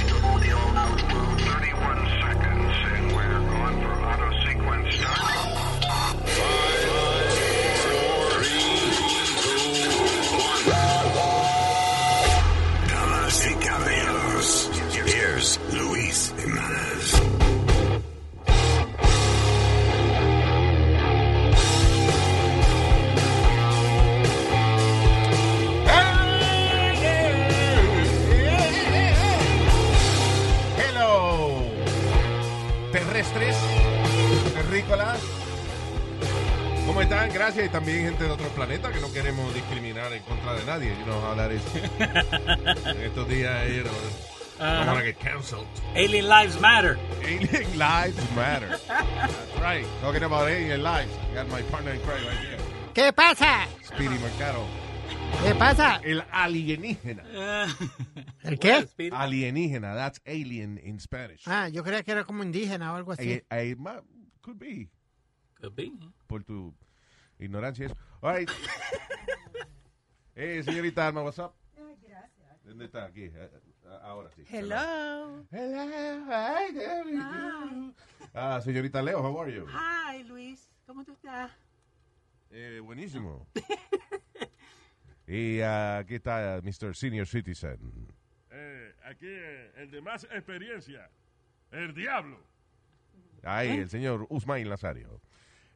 Damas y caballeros, here's Luis Jimenez. Hello, terrestres, terrícolas. ¿Cómo están? Gracias. Y también gente de otros planetas que no queremos discriminar en contra de nadie. You know how that is. en estos días, you know, don't wanna get canceled. Alien Lives Matter. Alien lives matter. That's right. Talking about alien lives. I got my partner in crime right here. ¿Qué pasa? Speedy Mercado. ¿Qué pasa? El alienígena. ¿El qué? Speedy. Alienígena. That's alien in Spanish. Ah, yo creía que era como indígena o algo así. Eh, eh, ma- could be. Could be. por tu ignorancia. eso. All right. eh, señorita Alma, what's up? Gracias. ¿Dónde está? Aquí. eh, eh, Ahora sí. Hello. Hello. Hi, there we go. Ah, señorita Leo, how are you? Hi, Luis. ¿Cómo tú estás? Eh, buenísimo. y ah, aquí está Mr. Senior Citizen. Eh, aquí eh, el de más experiencia, el diablo. Ahí, el señor Usmail Nazario.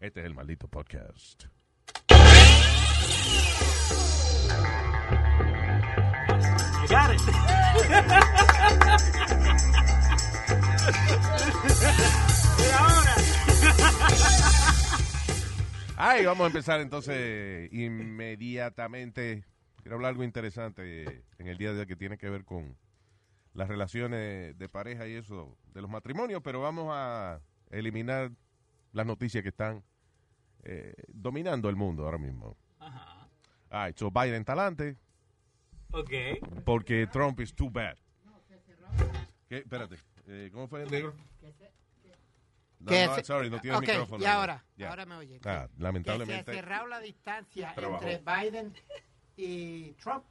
Este es el maldito podcast. You got it. Ay, vamos a empezar entonces inmediatamente. Quiero hablar algo interesante en el día de hoy que tiene que ver con las relaciones de pareja y eso, de los matrimonios, pero vamos a eliminar las noticias que están eh, dominando el mundo ahora mismo. Ajá. so Biden está adelante Okay. porque Trump is too bad. ¿Qué? Espérate, eh, ¿cómo fue el negro? No, Que no, se- sorry, no tiene Ok, micrófono. y ahora, Ya. ahora me oye. Ah, Que se ha lamentablemente. cerrado la distancia Trabajo. entre Biden y Trump.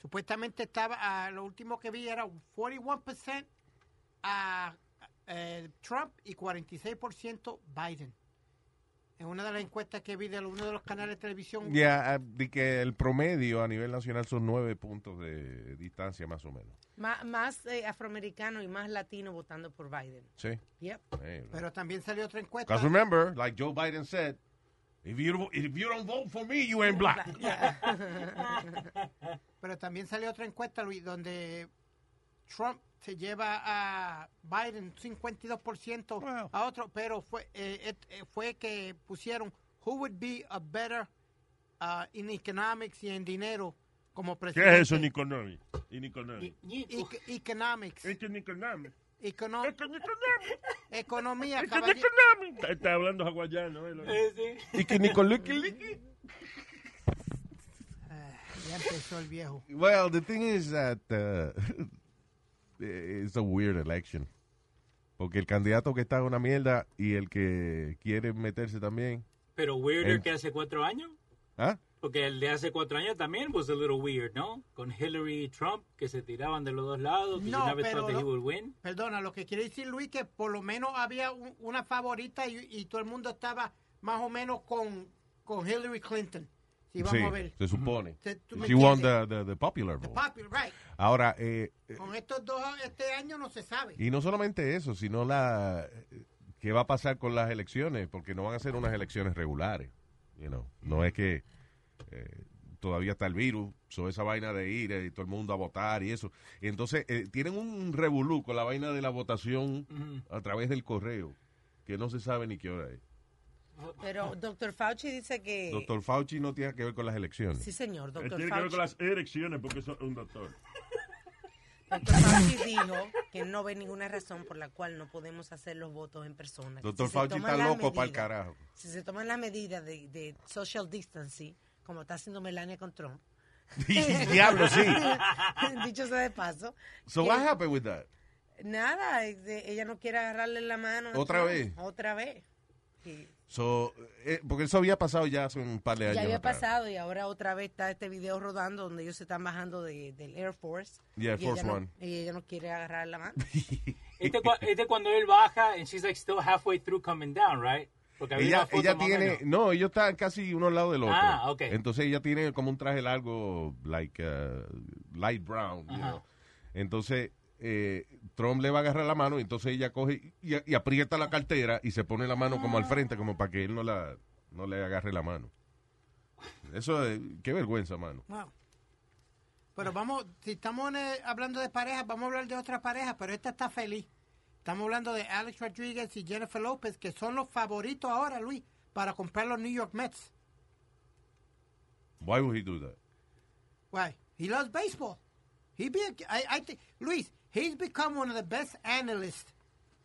Supuestamente estaba, ah, lo último que vi era un 41% a eh, Trump y 46% Biden. En una de las encuestas que vi de uno de los canales de televisión. Ya, ah, de que el promedio a nivel nacional son nueve puntos de distancia más o menos. Má- más eh, afroamericano y más latino votando por Biden. Sí. Yep. Eh, Pero también salió otra encuesta. Because remember, like Joe Biden said, if you, if you don't vote for me, you ain't black. Pero también salió otra encuesta, Luis, donde Trump se lleva a Biden 52% Wow. a otro, pero fue, eh, et- eh, fue que pusieron who would be a better uh, in economics y en dinero como ¿Qué presidente. es eso, Niconomi? Y Niconomi. Ec- economics, Este Niconomi. econo- Este Niconomi. economía, Este caballero. Niconomi. Está- Está hablando hawaiano. ¿eh? lo- y que Nicolás. eh, Ya empezó el viejo. Well, the thing is that uh, eh, it's a weird election. Porque el candidato que está es una mierda y el que quiere meterse también. Pero weirder Eh. que hace cuatro años. ¿Ah? Porque el de hace cuatro años también was a little weird, ¿no? Con Hillary y Trump que se tiraban de los dos lados. que No, you never pero thought that he no. would win. Perdona, lo que quiere decir Luis que por lo menos había un- una favorita y, y todo el mundo estaba más o menos con, con Hillary Clinton. Si vamos sí, a ver. se supone. Te- tú me She won the, entiendes. the, the popular vote. Pues, Papi, right. Ahora, eh, Con estos dos este año no se sabe. Y no solamente eso, sino la qué va a pasar con las elecciones, porque no van a ser unas elecciones regulares. you know. No es que eh, todavía está el virus, so esa vaina de ir eh, y todo el mundo a votar y eso. Y entonces eh, tienen un revolú con la vaina de la votación a través del correo, que no se sabe ni qué hora es. Pero doctor Fauci dice que... Doctor Fauci no tiene que ver con las elecciones. Sí, señor. Eh, Doctor Tiene que ver Fauci, con las erecciones porque es un doctor. Dr. Fauci dijo que no ve ninguna razón por la cual no podemos hacer los votos en persona. que Doctor si se Fauci toman está las loco para el medidas- carajo. Si se toman las medidas de, de social distancing, como está haciendo Melania con Trump, Diablo, sí. dicho sea de paso, So what happened with that? Nada, es de- ella no quiere agarrarle la mano. a ¿Otra Trump. vez? Otra vez. Sí. So, eh, porque eso había pasado ya hace un par de años. Ya había atrás. pasado y ahora otra vez está este video rodando donde ellos se están bajando de- del Air Force. Yeah, Air y ella Force no- One. y ella no quiere agarrar la mano. Este, cua- este cuando él baja, and she's like still halfway through coming down, right? Porque había Ella, una foto ella más o tiene, menos. no, ellos están casi uno al lado del otro. Ah, ok. Entonces ella tiene como un traje largo, like uh, light brown. you Ajá. know. Entonces eh, Trump le va a agarrar la mano y entonces ella coge y, y aprieta la cartera y se pone la mano como Ah. al frente, como para que él no la no le agarre la mano. Eso, es- qué vergüenza, mano. Wow. Pero vamos, si estamos eh, hablando de parejas, vamos a hablar de otras parejas, pero esta está feliz. Estamos hablando de Alex Rodriguez y Jennifer Lopez, que son los favoritos ahora, Luis, para comprar los New York Mets. Why would he do that? Why? He loves baseball. He be, I, I think, Luis, he's become one of the best analysts.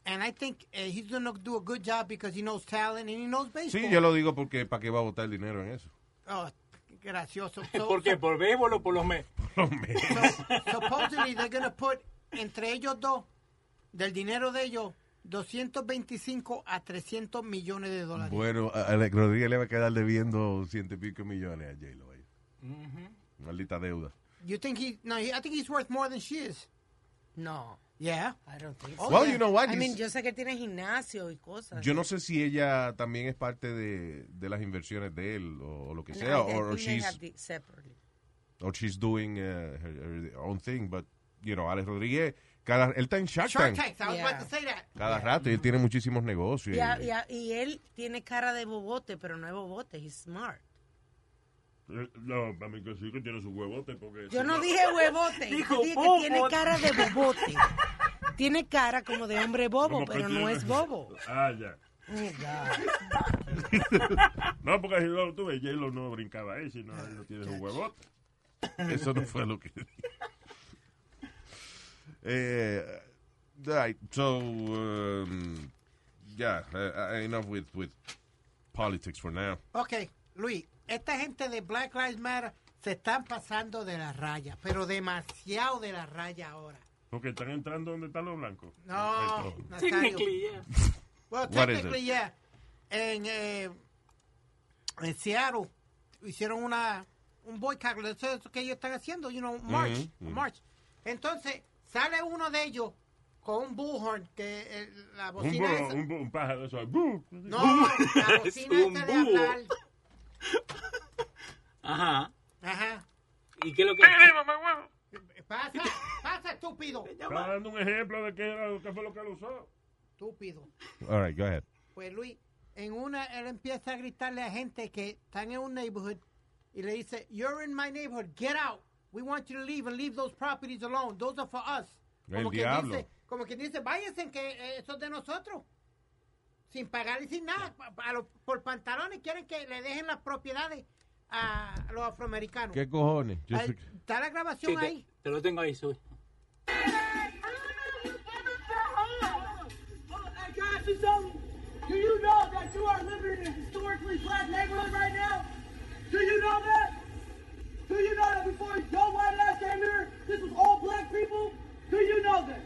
And I think eh, he's going to do a good job because he knows talent and he knows baseball. Sí, yo lo digo porque para qué va a botar dinero en eso. Oh, gracioso. So- ¿Por qué? ¿Por béisbol o por los me? Los Mets. So, supposedly they're gonna put entre ellos dos del dinero de ellos 225 a 300 millones de dólares. Bueno, a Alex Rodríguez le va a quedar debiendo ciento y pico millones a J-Lo. ahí. Maldita deuda. You think he? No, he, I think he's worth more than she is. No, Yeah. I don't think Oh, so. well, yeah. you know what? I mean, He's- yo sé que tiene gimnasio y cosas. yo no sé si ella también es parte de, de las inversiones de él o, o lo que And sea, I think or, or they she's, have the- separately. or she's doing uh, her, her own thing, but, you know, Alex Rodríguez, cada, él está en Shark Shark Tank Tank. I was Yeah. about to say that. cada rato y él tiene muchísimos negocios. Y, a- y- y a- y él tiene cara de bobote, pero no es bobote, he's smart. Eh, No, para mí que sí que tiene su huevote porque... Yo si no dije huevote, yo Dijo dije que bobo. tiene cara de bobote. tiene cara como de hombre bobo, como pero que no tiene- es bobo. Oh, Ah, ya. No, porque si lo tuve, J-Lo no brincaba ahí, sino él no tiene su huevote. Eso no fue lo que dije. Eh, right, so, um, yeah, uh, uh, enough with, with politics for now. Okay, Luis, esta gente de Black Lives Matter se están pasando de la raya, pero demasiado de la raya ahora. Porque están entrando donde están los blancos. No, Esto. Nazario. Technically, yeah. Well, What is technically, it? yeah. En, eh, en Seattle hicieron una un boicot, eso es lo que ellos están haciendo, you know, march, march. Entonces, sale uno de ellos con un bullhorn que eh, la pues Un, bocina burro, esa- un, bu- un pájaro, eso. ¡bu! no, la Es bocina un esa de búho. hablar. Ajá. Ajá. ¿Y qué es lo que.? Ah, ¡Eh, Pasa, pasa estúpido, Estaba dando un ejemplo de qué, era, qué fue lo que él usó. estúpido. All right, go ahead. Pues Luis, en una él empieza a gritarle a gente que están en un neighborhood y le dice, "You're in my neighborhood, get out. We want you to leave and leave those properties alone. Those are for us." El que diablo. dice, como que dice, "Váyanse que eh, eso es de nosotros." Sin pagar y sin nada, pa- pa- a los- por pantalones quieren que le dejen las propiedades a los afroamericanos. ¿Qué cojones? Yo Ahí- sé- Está la Sí, te, grabación ahí. te lo tengo ahí, sube. Do you know that you are living in a historically black neighborhood right now? Do you know that? Do you know that before your white ass came here, this was all black people? Do you know that?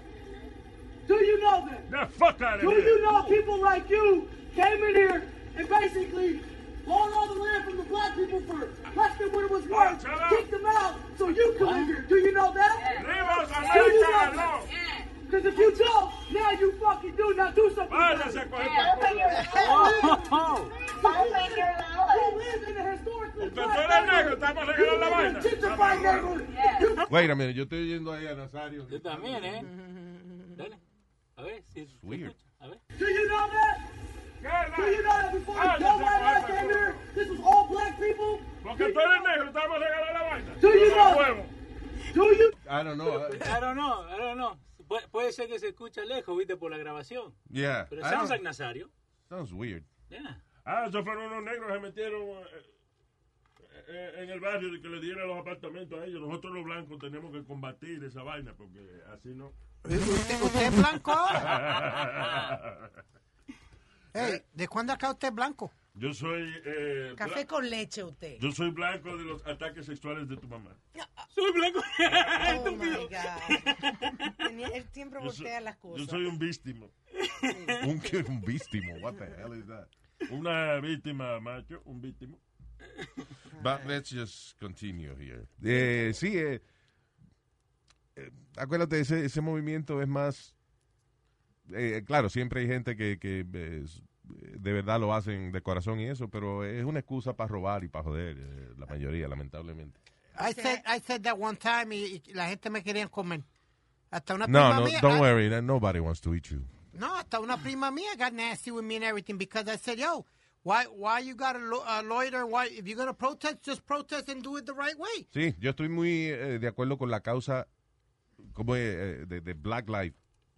Do you know that? The fuck out of Do here. you know people like you came in here and basically bought all the land from the black people for less than what it was worth, Shut up. kicked them out so you could live here? Do you know that? ¡Vivos Do you know América! that? ¡No! Because if you don't, now you fucking do. Now do something. about Váyase it. con esta cosa. Oh, You live in a historically Usted black era negro, neighborhood. estamos regalando la You live in a vaina. gentrified neighborhood. You Wait a minute, yo estoy oyendo ahí a Nazario. Yo también, ¿eh? Dale. A ver, si. te weird. escucho. A ver. Do you know that? Do you know that before Ah, ya Joe se Biden fue, came se here, fue. this was all black people? Porque tú eres negro, estamos regalando la vaina. Do you Toma know- huevo. Do you? I don't know. I- I don't know, I don't know. Pu- puede ser que se escucha lejos, viste, por la grabación. Yeah. Pero I sounds like don't- Nazario. sounds weird. Yeah. Ah, esos fueron unos negros que se metieron eh, eh, en el barrio de que le dieron los apartamentos a ellos. Nosotros los blancos tenemos que combatir esa vaina porque así no. eh, ¿Usted, usted es blanco ahora? Ey, ¿De cuándo acá usted es blanco? Yo soy eh, Café bla- con leche usted. yo soy blanco de los ataques sexuales de tu mamá. Soy blanco. Oh my God. Tenía- él siempre Yo soy, voltea las yo cosas. soy un víctima. un, un vístimo. What the hell is that? Una víctima, macho, un víctima. But let's just continue here. Eh, sí, eh, eh, acuérdate, ese, ese movimiento es más... eh, claro, siempre hay gente que, que, eh, s- de verdad lo hacen de corazón y eso, pero es una excusa para robar y para joder, eh, la mayoría, lamentablemente. I said, I said that one time y, y la gente me querían comer. Hasta una No, prima no, mía. don't I- worry, nobody wants to eat you. No, hasta una prima mía got nasty with me and everything because I said, yo, why, why you got to lo uh, loiter? Why, if you're going to protest, just protest and do it the right way. Sí, yo estoy muy eh, de acuerdo con la causa como eh, de, de Black Lives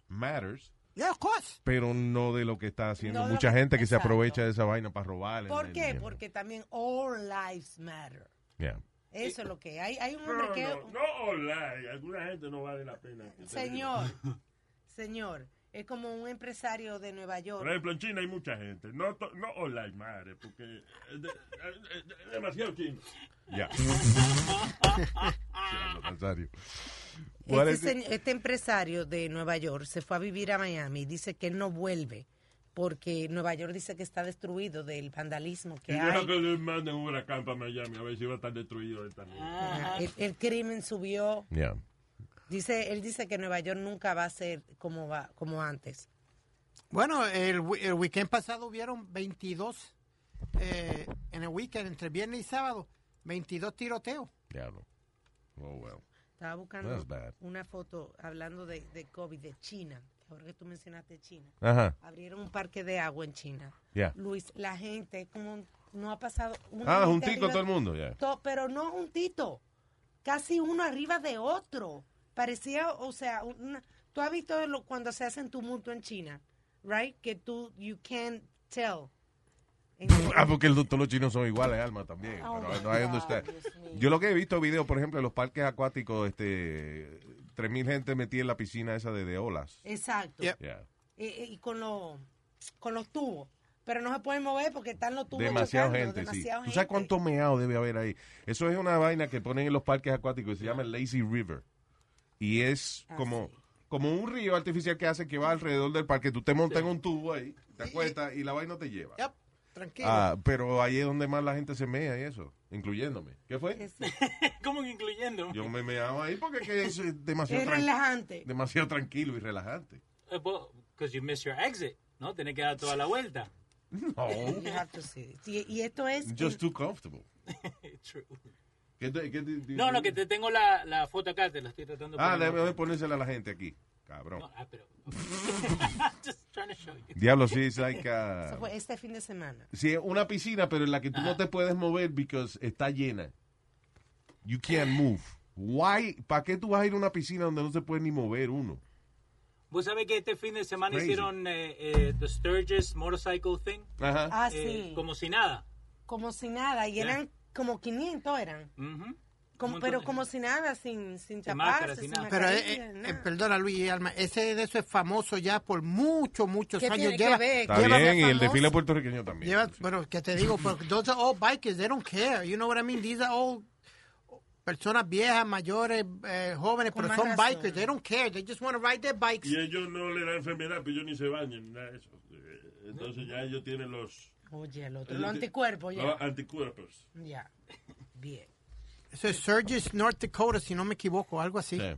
Matters, Yeah, of course. pero no de lo que está haciendo No de lo mucha que- gente que se exacto. aprovecha de esa vaina para robar. ¿Por qué? Yeah. Porque también all lives matter. Yeah. Eso es lo que hay. Hay un No, hombre que... no, no, online. Alguna gente no vale la pena. que se Señor, señor, es como un empresario de Nueva Por York. ejemplo, en China hay mucha gente. No, to- no online, madre, porque es de- es de- es demasiado chino. Yeah. Diablo, Nazario. What Este, is it? se- este empresario de Nueva York se fue a vivir a Miami y dice que él no vuelve porque Nueva York dice que está destruido del vandalismo Y que deja hay. que le manden un huracán para Miami a ver si va a estar destruido esta Ah. mierda. Ajá, El, el crimen subió. Yeah. Dice, él dice que Nueva York nunca va a ser como va, como antes. Bueno, el, wi- el weekend pasado hubieron 22, eh, en el weekend, entre viernes y sábado, 22 tiroteos. Diablo. Oh, well. Estaba That's buscando bad. una foto hablando de, de COVID de China. Ahora que tú mencionaste China. Ajá. Abrieron un parque de agua en China. Yeah. Luis, la gente como no ha pasado una Ah, gente juntico arriba- todo el mundo, ya. to- pero no juntito. Casi uno arriba de otro. Parecía, o sea, una- tú has visto lo- cuando se hacen tumulto en China, right? Que tú you can't tell. En- Ah, porque el- todos los chinos son iguales, Alma, también. Oh, pero my no hay God, donde está. Dios mío. Yo lo que he visto videos, por ejemplo, en los parques acuáticos, este, 3.000 gente metida en la piscina esa de, de olas. Exacto. Yep. Yeah. Y, y con los con los tubos. Pero no se pueden mover porque están los tubos Demasiado chocando, gente, demasiado sí. ¿Tú gente. sabes cuánto meado debe haber ahí? Eso es una vaina que ponen en los parques acuáticos y se llama Lazy River. Y es Ah, como, sí. como un río artificial que hace que va alrededor del parque. Tú te montas en un tubo ahí, te acuestas y la vaina te lleva. Yep, tranquilo. Ah, pero ahí es donde más la gente se mea y eso, incluyéndome. ¿Qué fue? Es, es ¿Cómo que incluyendo? Yo me meaba ahí porque es, que es, eh, demasiado, tran- relajante. demasiado tranquilo y relajante. Because Eh, you miss your exit, ¿no? Tienes que dar toda la vuelta. No, You have to see. Y, y esto es just too comfortable. True. ¿Qué te- qué te- No, no, que te tengo la, la foto acá, te la estoy tratando de Ah, poner. déjame ponérsela a la gente aquí, cabrón. No, ah, pero... I'm just trying to show you. Diablo, sí, es like uh, a- Eso fue este fin de semana. Sí, es una piscina, pero en la que tú no te puedes mover because está llena. You can't move. Why? ¿Para qué tú vas a ir a una piscina donde no se puede ni mover uno? Vos sabés que este fin de semana Crazy. hicieron eh, eh, the Sturgis motorcycle thing, Ajá. Ah, eh, sí. como, como si nada. si nada. Y Ya. eran como 500 eran. Ujú. Como- Un montón pero de- como si nada, sin, sin Sin taparse, máscara, sin sin nada. Pero, eh, mascarilla, eh, nada. eh, perdona, Luis y Alma, ese de eso es famoso ya por muchos, muchos ¿Qué años. tiene que lleva, ver? Está Lleva bien, y el famoso. desfile puertorriqueño también. lleva- bueno, que te digo, porque those are all bikers, they don't care. You know what I mean? These are all personas viejas, mayores, eh, jóvenes, Con pero más son razón. bikers, they don't care. They just want to ride their bikes. Y ellos no le dan enfermedad, pero ellos ni se bañan, ni nada de eso. Eh, Entonces ya ellos tienen los, Oye, el otro. ellos Los ti- anticuerpos, ya. Oh. los anticuerpos. Ya. Bien. Eso es Surges, North Dakota, si no me equivoco, algo así. Sí.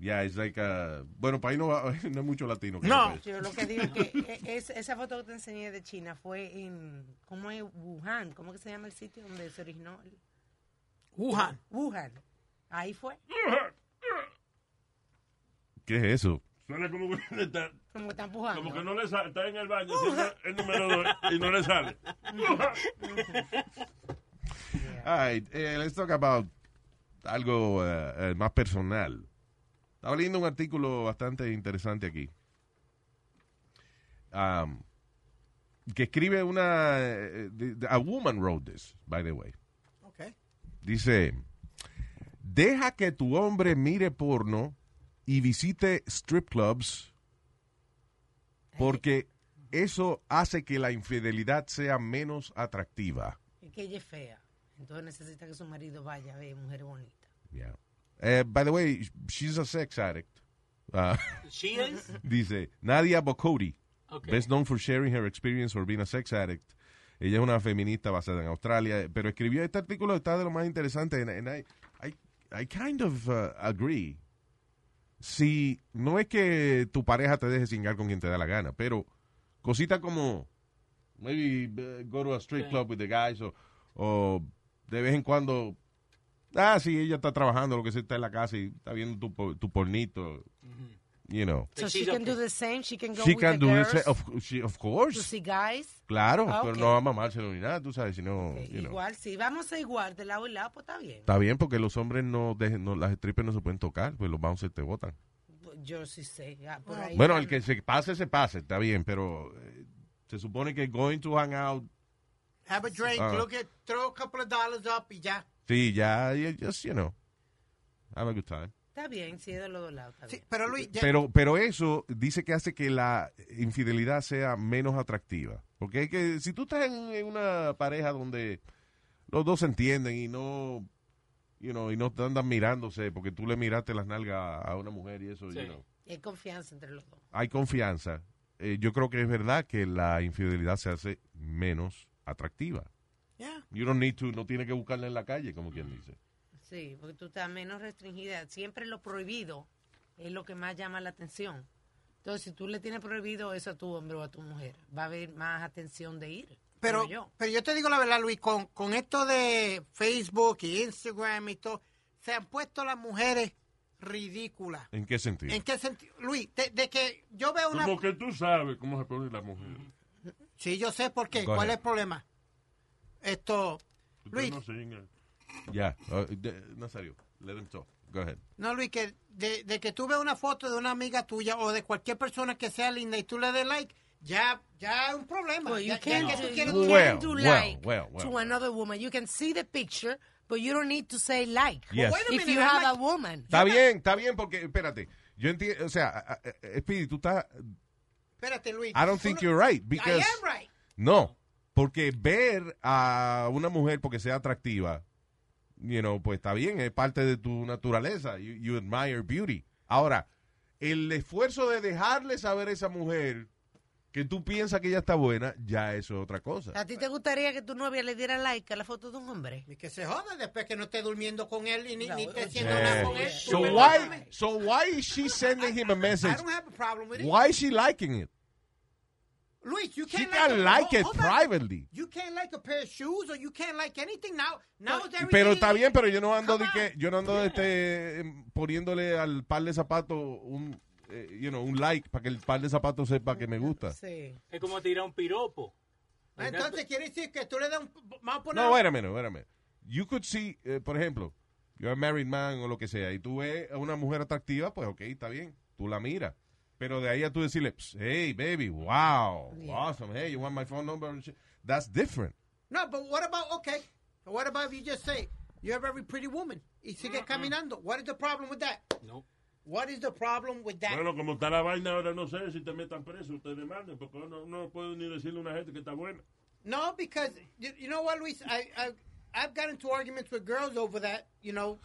Yeah, it's like a- Bueno, para ahí no, va- no hay mucho latino. que No. no puede. Yo lo que digo es que eh, es- esa foto que te enseñé de China fue en. ¿Cómo es Wuhan? ¿Cómo que se llama el sitio donde se originó? el- Wuhan. Wuhan. Ahí fue. ¿Qué es eso? Suena como que, le está- Como que están pujando. como que no le sale, está en el baño, siempre el número dos, y no le sale. All right, eh, let's talk about algo eh, eh, más personal. Estaba leyendo un artículo bastante interesante aquí. Um, que escribe una... eh, de- de- a woman wrote this, by the way. Okay. Dice, deja que tu hombre mire porno y visite strip clubs porque eso hace que la infidelidad sea menos atractiva. Es que ella es fea. Entonces necesita que su marido vaya a ver mujer bonita. Yeah. Eh, by the way, she's a sex addict. Ah, She is? dice Nadia Bocotti, Okay. Best known for sharing her experience for being a sex addict. Ella es una feminista basada en Australia, pero escribió este artículo, está de lo más interesante, and, and I, I, I kind of uh, agree. Si no es que tu pareja te deje cingar con quien te da la gana, pero cositas como maybe uh, go to a strip Sí. club with the guys o, o de vez en cuando ah sí ella está trabajando lo que sea está en la casa y está viendo tu, po- tu pornito you know So Sí, she sí, can ok. do the same. She can go she with can the do girls, this of, she- of to course see guys. claro Ah, pero ok. no va a mamárselo ni nada tú sabes sino you know. Eh, Igual, sí. Vamos a igual, de lado y lado, pues está bien. está bien porque los hombres no, dejen, no las strippers no se pueden tocar pues los bouncers te botan Pues, Yo sí sé. ya, por ahí. Bueno, el que se pase, se pase, está bien, pero eh, se supone que going to hang out, Have a drink, Ah. look at, throw a couple of dollars up y ya. sí, ya, you just, you know, have a good time. Está bien, sí, de los dos lados. Está Sí, bien. pero Luis, ya- Pero, pero eso dice que hace que la infidelidad sea menos atractiva. Porque es que si tú estás en, en una pareja donde los dos se entienden y no, you know, y no te andan mirándose porque tú le miraste las nalgas a una mujer y eso, Sí. you know, Hay confianza entre los dos. hay confianza. Eh, yo creo que es verdad que la infidelidad se hace menos atractiva. Yeah. You don't need to, no tiene que buscarla en la calle, como Mm. quien dice. Sí, porque tú estás menos restringida. Siempre lo prohibido es lo que más llama la atención. Entonces, si tú le tienes prohibido eso a tu hombre o a tu mujer, va a haber más atención de ir. Pero, creo yo. pero yo te digo la verdad, Luis, con, con esto de Facebook y Instagram y todo, se han puesto las mujeres ridículas. ¿En qué sentido? ¿En qué sentido? Luis, de, de que yo veo una... Como que tú sabes cómo se pone la mujer. Sí, yo sé por qué. Go ¿Cuál ahead. es el problema? Esto... Usted Luis, no singa. Ya, uh, de- Nazario, let him talk. Go ahead. No, Luis, que de, de que tú ves una foto de una amiga tuya o de cualquier persona que sea linda y tú le des like, ya, ya es un problema. Well, you ya, can ya que do, tú you quieres- Well, can do well, like well, well, to well. another woman. You can see the picture, but you don't need to say like. Well, Yes. wait a If minute, you I'm have like- a woman. Está bien, está bien, porque, espérate, yo entiendo, o sea, a- a- a- Speedy, tú estás, Espérate, Luis. I don't Tú think no- you're right, I because, am right. no, porque ver a una mujer porque sea atractiva, you know, pues está bien, es parte de tu naturaleza, you, you admire beauty. Ahora, el esfuerzo de dejarle saber a esa mujer que tú piensas que ella está buena, ya eso es otra cosa. ¿A ti te gustaría que tu novia le diera like a la foto de un hombre? Y que se joda después que no esté durmiendo con él y ni, No, ni esté oye. haciendo nada con él. Eh, So Tú me why, perdonas. so why is she sending him a I message? don't have a problem with it. Why is she liking it? Luis, you She can't can a- like it hold on. privately. You can't like a pair of shoes or you can't like anything now. Now everything Pero is- está bien, pero yo no ando de Come que, yo no ando de este, em, poniéndole al par de zapatos un, eh, you know, un like para que el par de zapatos sepa que me gusta. Sí. Es como tirar un piropo. Entonces quiere decir que tú le das un... Vamos a poner... No, wait a minute, wait a minute. You could see, eh, por ejemplo, you're a married man o lo que sea, y tú ves a una mujer atractiva, pues ok, está bien, tú la miras. Pero de ahí a tú decirle, "Ps, hey, baby, wow, Yeah. awesome, hey, you want my phone number? and shit?" That's different. No, but what about okay? What about if you just say you're a very pretty woman? Y sigue caminando. What is the problem with that? No. What is the problem with that? Bueno, como está la vaina ahora, no sé si te metan preso, te demanden, porque no, no puedo ni decirle a una gente que está buena. No, because you, you know what, Luis, I, I I've gotten into arguments with girls over that. You know,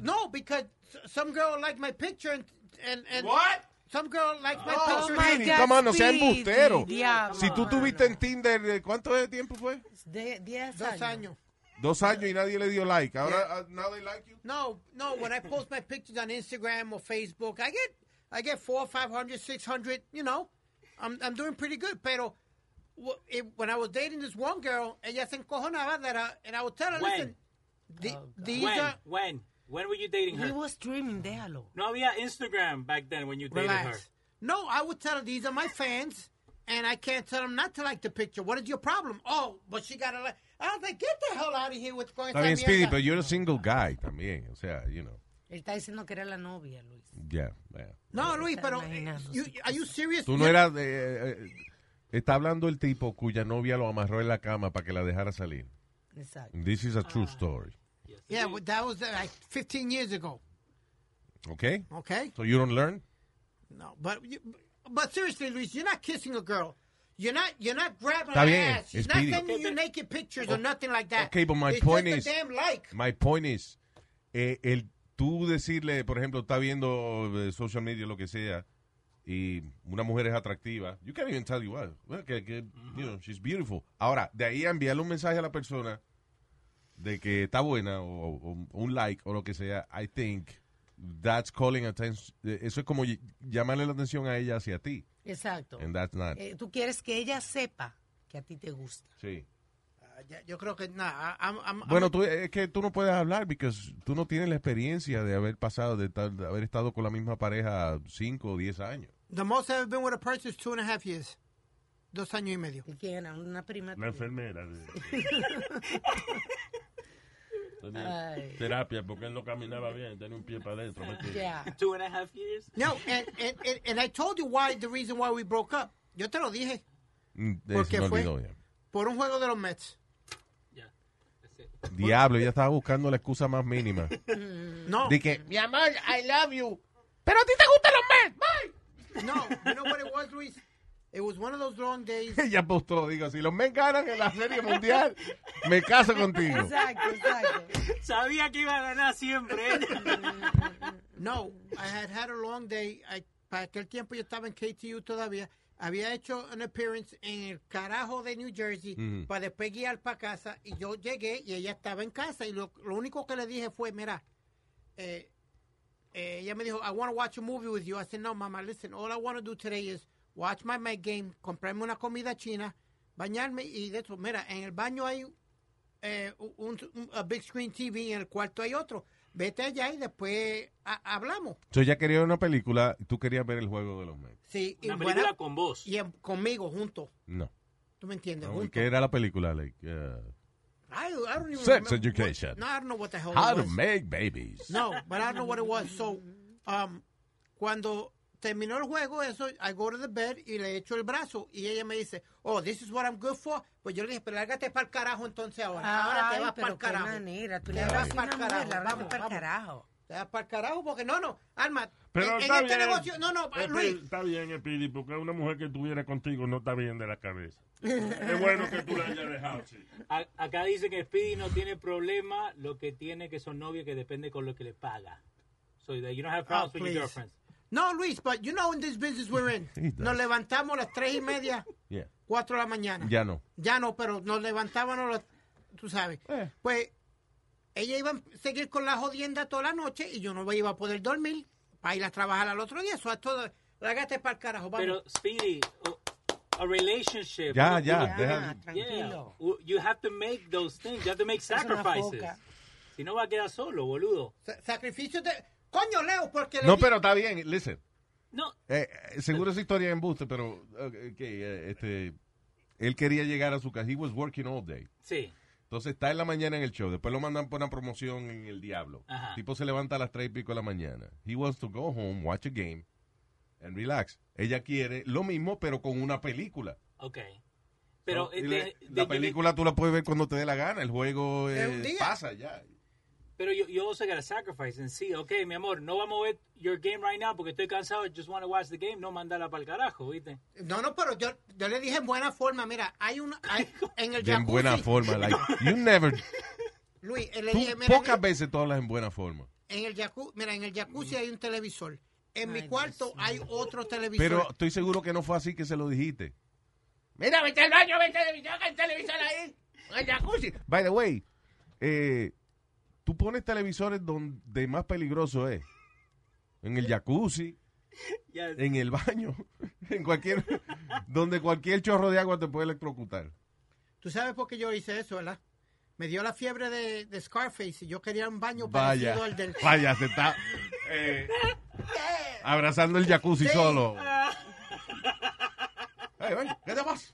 no, because s- some girl liked my picture and and and What? Some girl liked my Oh, picture. my and- God. come on, no sea Speedy, embustero. diablo. Si tú tuviste en Tinder, eh, ¿cuánto de tiempo fue? De 10 Dos años. Dos años y nadie le dio like. Yeah. Ahora, uh, now they like you. No, no. When I post my pictures on Instagram or Facebook, I get I get four, five hundred, six hundred. You know, I'm I'm doing pretty good. Pero wh- it, when I was dating this one girl, ella se encojonaba that I, and I would tell her, When? Oh, listen, the, these When? are When? When were you dating He her? was dreaming, déjalo. No había Instagram back then when you dated her. relax. No, I would tell her these are my fans, and I can't tell them not to like the picture. What is your problem? Oh, but she got to like. I was like, get the hell out of here with going. Está bien, Speedy, pero you're a single guy también. O sea, you know. Él está diciendo que era la novia, Luis. Yeah, yeah. No, Luis, Está pero eh, imaginando you, sus are you serious? Tú no eras. eh, eh, está hablando el tipo cuya novia lo amarró en la cama para que la dejara salir. Exacto. This is a true story. Yeah, but that was uh, like 15 years ago. Okay? Okay. So you don't learn? No, but you, but seriously, Luis, you're not kissing a girl. You're not you're not grabbing Está her bien, ass. She's not Speedy. sending Okay, you but- naked pictures or nothing like that. okay, but my It's point just a is- damn like. My point is, eh, el tú decirle, por ejemplo, está viendo eh, social media, lo que sea, y, y una mujer es atractiva, you can't even tell you what. Well, que- que, you know, she's beautiful. Ahora, de ahí a enviarle un mensaje a la persona de que está buena o, o- o un like o lo que sea, I think that's calling attention. eh, Eso es como ll- llamarle la atención a ella hacia ti. Exacto. And that's not. Eh, tú quieres que ella sepa que a ti te gusta. Sí. Ah, ya- yo creo que nada. I'm- I'm- I'm- Bueno, tú, es que tú no puedes hablar porque tú no tienes la experiencia de haber pasado, de, tal- de haber estado con la misma pareja 5 o 10 años. the most I've been with a person is two and a half years. Dos años y medio. ¿Y quién era? Una prima. La tuya. enfermera. de- Tenía Ay. terapia porque él no caminaba bien, tenía un pie para adentro. ¿me entiendes? Yeah. Two and a half years. No, and, and, and, and I told you why the reason why we broke up. Yo te lo dije. Mm, de- ¿Por se qué me fue? olvidó ya. Por un juego de los Mets. Yeah, that's it. Diablo, ella estaba buscando la excusa más mínima. No. De que, mi amor, I love you. Pero a ti te gustan los Mets, bye. No, you know what it was, Luis? It was one of those long days. Ella apostó, pues, digo, si los Mets ganan en la Serie Mundial, me caso contigo. Exacto, exacto. Sabía que iba a ganar siempre. No, I had had a long day. I, para aquel tiempo yo estaba en KTU todavía. Había hecho un appearance en el carajo de New Jersey Mm. para después guiar para casa. Y yo llegué y ella estaba en casa. Y lo, lo único que le dije fue, mira, eh, eh, ella me dijo, I want to watch a movie with you. I said, no, mama, listen, all I want to do today is watch my Met game, comprarme una comida china, bañarme y de eso. Mira, en el baño hay eh, un, un- a big screen TV y en el cuarto hay otro. Vete allá y después ha- hablamos. Yo ya quería ver una película y tú querías ver el juego de los Mets. Sí, y, Una buena- película con vos. y en- conmigo, juntos. No. ¿Tú me entiendes? No, ¿y juntos. ¿Qué era la película? Like, uh, I, I don't even Sex remember education. what- no, I don't know what the hell how it to was. make babies. No, but I don't know what it was. So, um, cuando terminó el juego, eso, I go to the bed y le echo el brazo. Y ella me dice, oh, this is what I'm good for. Pues yo le dije, pero lárgate para el carajo entonces ahora. ahora te Ay, vas para pero el qué carajo. manera. Tú le Te hablas vas así a pa'l una mujer, carajo, le hablas vamos, para vamos. carajo. Te vas para el carajo porque no, no, Alma. Pero en, en está este bien. negocio, no, no, Eh, Espi- Luis. Está bien, Espiri, porque una mujer que estuviera contigo no está bien de la cabeza. es bueno que tú la hayas dejado, sí. A- acá dice que Speedy no tiene problema, lo que tiene que son novios que depende con lo que le paga. So that you don't have problems Oh, with please. your girlfriends. No, Luis, but you know in this business we're in. He does. Nos levantamos a las tres y media, Yeah. cuatro de la mañana. Ya no. Ya no, pero nos levantábamos, los- tú sabes. Eh. Pues ella iba a seguir con la jodienda toda la noche y yo no iba a poder dormir para ir a trabajar al otro día. Eso es todo. Lágate para el carajo, vamos. Pero Speedy, a, a relationship. Ya, you- you ya, Ya, have- deja- Yeah. tranquilo. You- You have to make those things. You have to make una sacrifices. foca. Si no va a quedar solo, boludo. Sa- sacrificio de... Coño, Leo, porque... le No, di- pero está bien, listen. No, Eh, eh, seguro esa historia es embuste, pero eh, que, eh, este, él quería llegar a su casa. He was working all day. sí. Entonces está en la mañana en el show. Después lo mandan por una promoción en El Diablo. Ajá. El tipo se levanta a las tres y pico de la mañana. He wants to go home, watch a game, and relax. Ella quiere lo mismo, pero con una película. Okay. Pero Y eh, le- de- la de- película tú la puedes ver cuando te dé la gana. El juego Es eh, un día. pasa ya. Pero yo, yo also gotta sacrifice and see, okay, mi amor, no vamos a ver your game right now porque estoy cansado, I just want to watch the game, no mandala para el carajo, ¿viste? No, no, pero yo, yo le dije en buena forma, mira, hay una... hay- en el De en jacuzzi, buena forma. Like, you never. Luis, eh, le tú- dije, mira, pocas en- veces tú hablas en buena forma. en el jacuzzi, mira, en el jacuzzi hay un televisor. En mi Ay, cuarto hay otro televisor. Pero estoy seguro que no fue así que se lo dijiste. mira, vete al baño, vete al televisor, el televisor ahí. El jacuzzi. By the way, eh, tú pones televisores donde más peligroso es. En el jacuzzi, Yes. en el baño, en cualquier donde cualquier chorro de agua te puede electrocutar. Tú sabes por qué yo hice eso, ¿verdad? Me dio la fiebre de, de Scarface y yo quería un baño Vaya, parecido al del... vaya, se está eh, abrazando el jacuzzi solo. Ay, ven, ¿qué te pasa?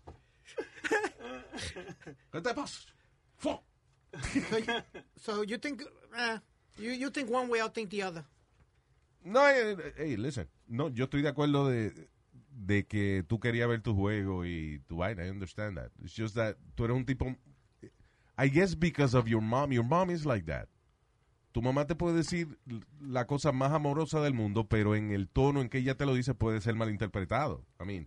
¿Qué te pasa? Fu. So, you- so you think... eh, you, you think one way, I think the other. No, eh, eh, hey, listen. No, yo estoy de acuerdo de, de que tú querías ver tu juego y tu vaina. I understand that. It's just that tú eres un tipo. I guess because of your mom. Your mom is like that. Tu mamá te puede decir la cosa más amorosa del mundo, pero en el tono en que ella te lo dice puede ser malinterpretado. I mean,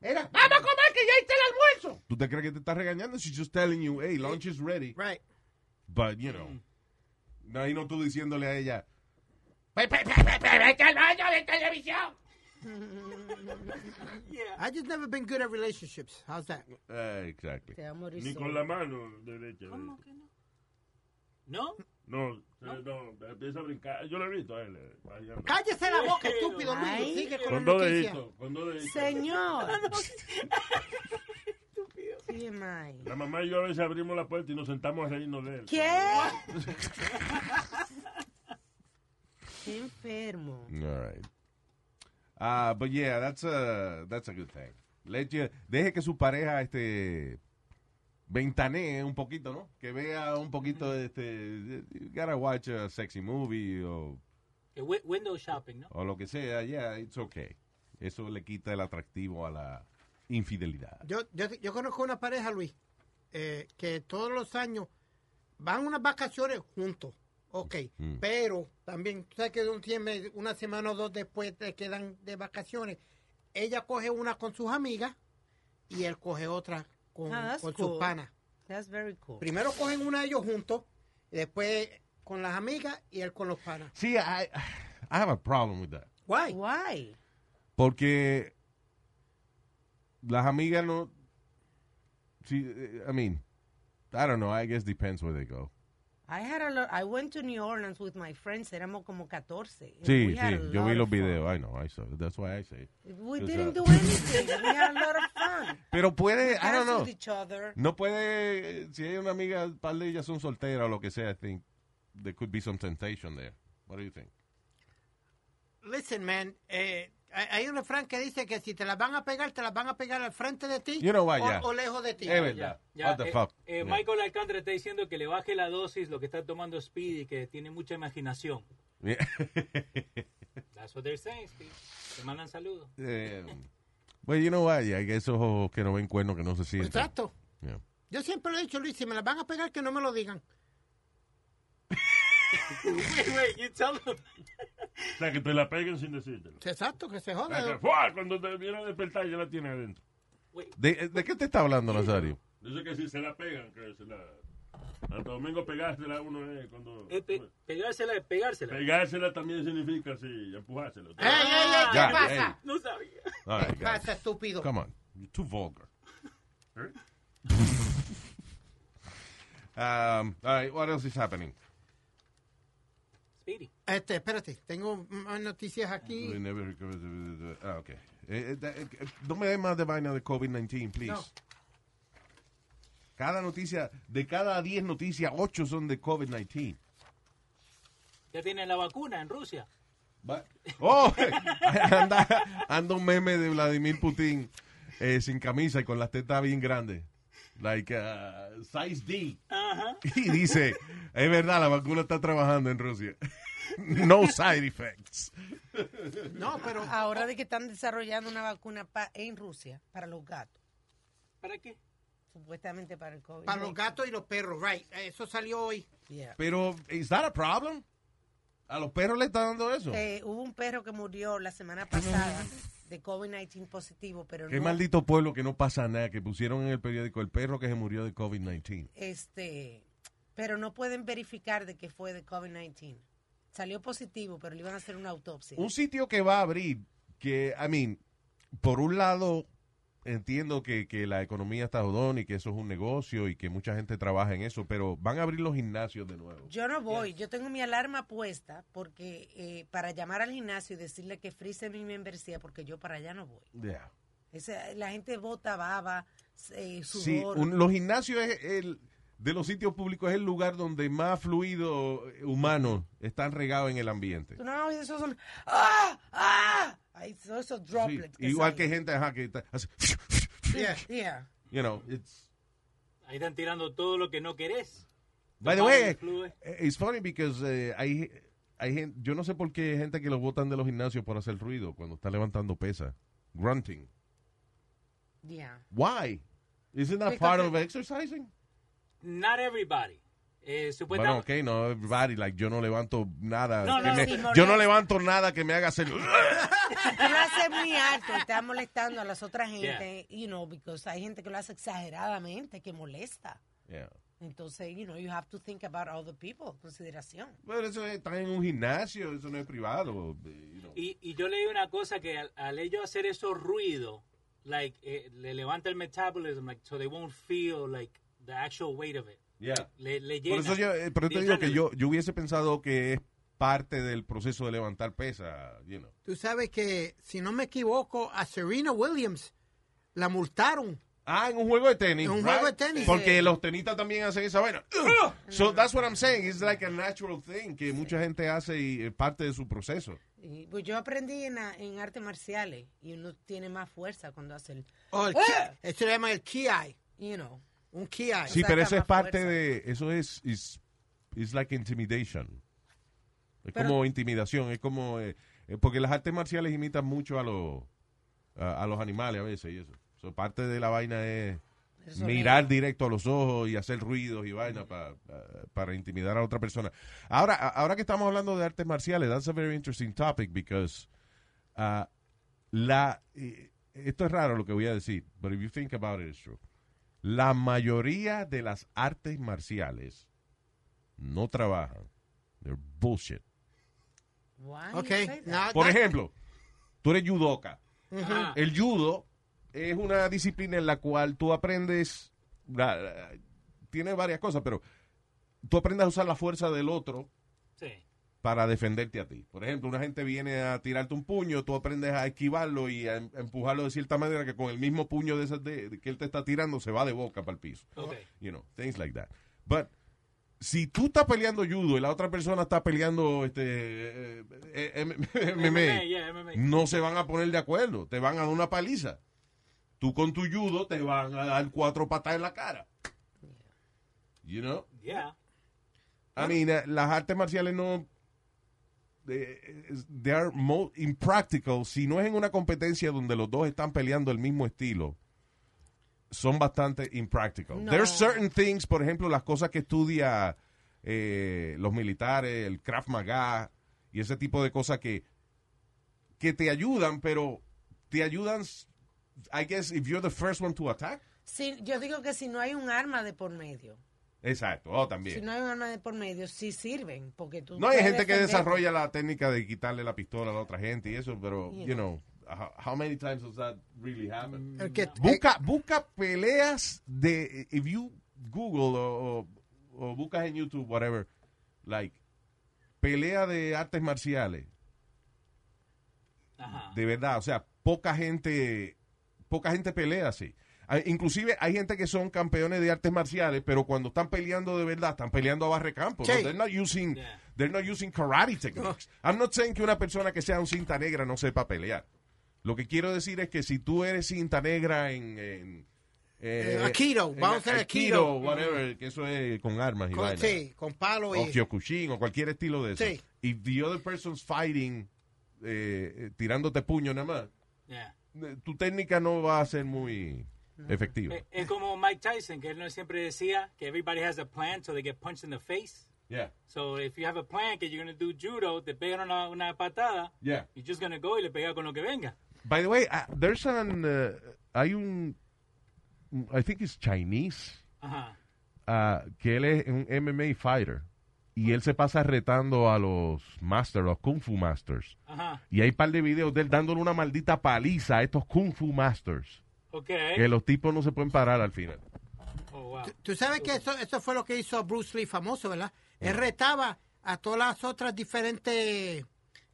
Mira, vamos a comer que ya está el almuerzo. ¿tú te crees que te está regañando? She's just telling you, hey, lunch is ready. Right. But, you know. Ahí no tú diciéndole a ella, Vete al baño, de televisión. Yeah. I just never been good at relationships. How's that? Eh, exactly. Te va a morir Ni con solo. la mano derecha. ¿Cómo que no? ¿No? No, eh, no, empieza a brincar. Yo lo he visto a él. eh, bailando. Cállese la boca, estúpido Ay. Luis. Sigue con Con la dos noticia. deditos, con dos deditos. Señor. TMI. La mamá y yo a veces abrimos la puerta y nos sentamos a reírnos de él. ¿Qué? Qué enfermo. All right. Ah, but yeah, that's a, that's a good thing. Let you- deje que su pareja este ventanee un poquito, ¿no? Que vea un poquito de este you gotta watch a sexy movie o, Eh, wi- Window shopping, ¿no? o lo que sea, yeah, it's okay. Eso le quita el atractivo a la infidelidad. Yo, yo, yo conozco una pareja, Luis, eh, que todos los años van unas vacaciones juntos. Ok, Mm. pero también, tú sabes que de un tiempo, una semana o dos después te quedan de vacaciones. Ella coge una con sus amigas y él coge otra con, Ah, that's con cool. sus panas. That's very cool. Primero cogen una ellos juntos, y después con las amigas y él con los panas. Sí, I, I have a problem with that. Guay. Why? Porque las amigas no. Sí, eh, I mean, I don't know. I guess depends where they go. I had a lot, I went to New Orleans with my friends, éramos como 14. Sí, We had sí. a Yo vi lot los of fun. videos. ¿eh? I know. I saw. That's why I say. We Yo didn't sabe. do anything. We had a lot of fun. Pero puede. I don't Danced know. with each other. No puede. eh, Si hay una amiga, un par de ellas son solteras o lo que sea, I think there could be some temptation there. What do you think? Listen, man, eh, hay hay un refrán que dice que si te las van a pegar, te las van a pegar al frente de ti You know what, o, yeah. o lejos de ti. Es verdad. What the eh, fuck? eh, Yeah. Michael Alcántara está diciendo que le baje la dosis lo que está tomando Speedy, que tiene mucha imaginación. Yeah. That's what they're saying, Speedy. Te mandan saludos. Eh, well, you know what? Yeah, I guess esos que no ven cuernos que no se sienten. Exacto. Yeah. Yo siempre lo he dicho, Luis, si me las van a pegar, que no me lo digan. Wait, wait, you tell them. O sea, que te la peguen sin decírtelo. Exacto, que se O sea, que, joda. ¡fua! Cuando te viene a despertar ya la tiene adentro. ¿De, de qué te está hablando, Nazario? Dice que si se la pegan, que se la... Hasta domingo pegársela uno es cuando... Eh, pe- pegársela es pegársela. Pegársela también significa, sí, empujársela. ¡Ey, ey, ey! ¿Qué Ya, pasa? no sabía. All right, ¿Qué guys. pasa, estúpido? Come on. You're too vulgar. ¿Eh? Um, all right, what else is happening? Speedy. Este, espérate, tengo más noticias aquí. We never recovered the- the- Ah, okay. Eh, eh, da- eh, no me des más de vaina de COVID-19, please. No. Cada noticia, de cada 10 noticias, 8 son de COVID-19. Ya tienen la vacuna en Rusia. Va- Oh, anda, anda un meme de Vladimir Putin eh, sin camisa y con las tetas bien grandes. Like uh, size D. Y dice, es verdad, la vacuna está trabajando en Rusia. No side effects. No, pero Ahora de que están desarrollando una vacuna pa- en Rusia para los gatos, ¿Para qué? supuestamente para el COVID. para los gatos y los perros, right. Eso salió hoy. Yeah. Pero, ¿is that a problem? ¿A los perros le está dando eso? Eh, hubo un perro que murió la semana pasada de COVID-19 positivo, pero Qué no, maldito pueblo que no pasa nada, que pusieron en el periódico el perro que se murió de COVID-19. este, pero no pueden verificar de que fue de COVID-19. Salió positivo, pero le iban a hacer una autopsia. un sitio que va a abrir, que, I mean, por un lado, entiendo que, que la economía está jodón y que eso es un negocio y que mucha gente trabaja en eso, pero van a abrir los gimnasios de nuevo. Yo no voy, yo tengo mi alarma puesta porque eh, para llamar al gimnasio y decirle que frise mi membresía porque yo para allá no voy. Yeah. Ese- la gente bota baba, eh, Sí, sudor. un- los gimnasios es el, de los sitios públicos es el lugar donde más fluido humano están regados en el ambiente. Tú no, esos son ¡Ah! ¡Ah! Ahí son esos Sí, droplets. igual que salen. gente ajá, que está, hace, Yeah. Yeah. you know, it's- Ahí están tirando todo lo que no querés. By the Tomar way, el flujo. it's funny because eh, hay, hay gen- yo no sé por qué hay gente que lo botan de los gimnasios por hacer ruido cuando está levantando pesa. Grunting. Yeah. Why? Isn't that Because part it- of exercising? Not everybody. Eh, Bueno, supuestamente. ok, no, everybody, like, yo no levanto nada. No, que no, me- sí, yo molesta. no levanto nada que me haga hacer... Tú lo haces muy alto y estás molestando a las otras gente, you know, because hay gente que lo hace exageradamente, que molesta. Yeah. Entonces, you know, you have to think about other people, consideración. Bueno, eso está en un gimnasio, eso no es privado. you know. Y, y yo leí una cosa que al, al ellos hacer esos ruidos, like, eh, le levanta el metabolism, like, so they won't feel, like, the actual weight of it. Yeah. Le, le llena. Por eso yo, eh, por eso te The digo que adrenaline. yo, yo hubiese pensado que es parte del proceso de levantar pesa, you know. Tú sabes que, si no me equivoco, a Serena Williams la multaron. Ah, en un juego de tenis. En un right? juego de tenis. Porque los tenistas también hacen esa vaina. Ah. So that's what I'm saying. It's like a natural thing que mucha gente hace y es parte de su proceso. Y, pues yo aprendí en, a- en artes marciales y uno tiene más fuerza cuando hace el, O el ¡Ah! ki- Eso se llama el ki you know. Un ki eye. Sí, Saca pero eso es más parte fuerza. de. Eso es. It's, it's like intimidation. Es Pero- como intimidación. Es como. eh, eh, porque las artes marciales imitan mucho a los. A, a los animales a veces y eso. So, parte de la vaina es. Eso mirar directo a los ojos y hacer ruidos y vaina pa- pa- para intimidar a otra persona. Ahora, a- ahora que estamos hablando de artes marciales, that's a very interesting topic because uh, la eh, esto es raro lo que voy a decir, but if you think about it, it's true. La mayoría de las artes marciales no trabajan. They're bullshit. Why you Ok. say that? now Por that- ejemplo, tú eres judoka. Ajá. El judo es una disciplina en la cual tú aprendes, la- la- tiene varias cosas, pero tú aprendes a usar la fuerza del otro Sí. para defenderte a ti. Por ejemplo, una gente viene a tirarte un puño, tú aprendes a esquivarlo y a em- a empujarlo de cierta manera que con el mismo puño de esas de- de que él te está tirando se va de boca para el piso Ok. you know, things like that. But si tú estás peleando judo y la otra persona está peleando este eh, eh, M- Mm. MMA, yeah, MMA. no se van a poner de acuerdo, te van a dar una paliza. Tú con tu judo te van a dar cuatro patas en la cara. You know? Yeah. Ah. I mean, eh, las artes marciales no eh, eh, they are more impractical si no es en una competencia donde los dos están peleando el mismo estilo. Son bastante impractical. No. There are certain things, por ejemplo, las cosas que estudia eh, los militares, el Krav Maga y ese tipo de cosas que que te ayudan, pero te ayudan I guess if you're the first one to attack. Si- yo digo que si no hay un arma de por medio, Exacto, oh, si también. no hay un arma de por medio, sí sirven, porque tú No, hay puedes gente que defenderte. desarrolla la técnica de quitarle la pistola a la otra gente y eso, pero, Yeah. you know, how, how many times does that really happen? el que- Busca, busca peleas de, if you Google o, o- o buscas en YouTube, whatever, like, pelea de artes marciales, Ajá. de verdad, o sea, poca gente, poca gente pelea así. Ah, Inclusive hay gente que son campeones de artes marciales, pero cuando están peleando de verdad, están peleando a barrecampo. Sí. ¿no? They're not using, Yeah. they're not using karate techniques. I'm not saying que una persona que sea un cinta negra no sepa pelear. Lo que quiero decir es que si tú eres cinta negra en, en Eh, Aikido, vamos a hacer Aikido. whatever, que eso es con armas y con, vaina. sí, con palo O y... Kyokushin o cualquier estilo de eso. Sí. If the other person's fighting, eh, eh, tirándote puño nada más, Yeah. eh, tu técnica no va a ser muy efectiva. Eh, Es como Mike Tyson, que él no siempre decía que everybody has a plan so they get punched in the face. Yeah, So if you have a plan que you're going to do judo, te pegan una, una patada, yeah. you're just going to go y le pega con lo que venga. By the way, ah, there's an, eh, hay un, I think it's Chinese, Ajá. ah, que él es un MMA fighter. Y él se pasa retando a los masters, los Kung Fu Masters. Ajá. Y hay un par de videos de él dándole una maldita paliza a estos Kung Fu Masters. Ok. Que los tipos no se pueden parar al final. Oh, wow. Tú- Tú sabes que eso, eso fue lo que hizo Bruce Lee famoso, ¿verdad? Él retaba a todas las otras diferentes...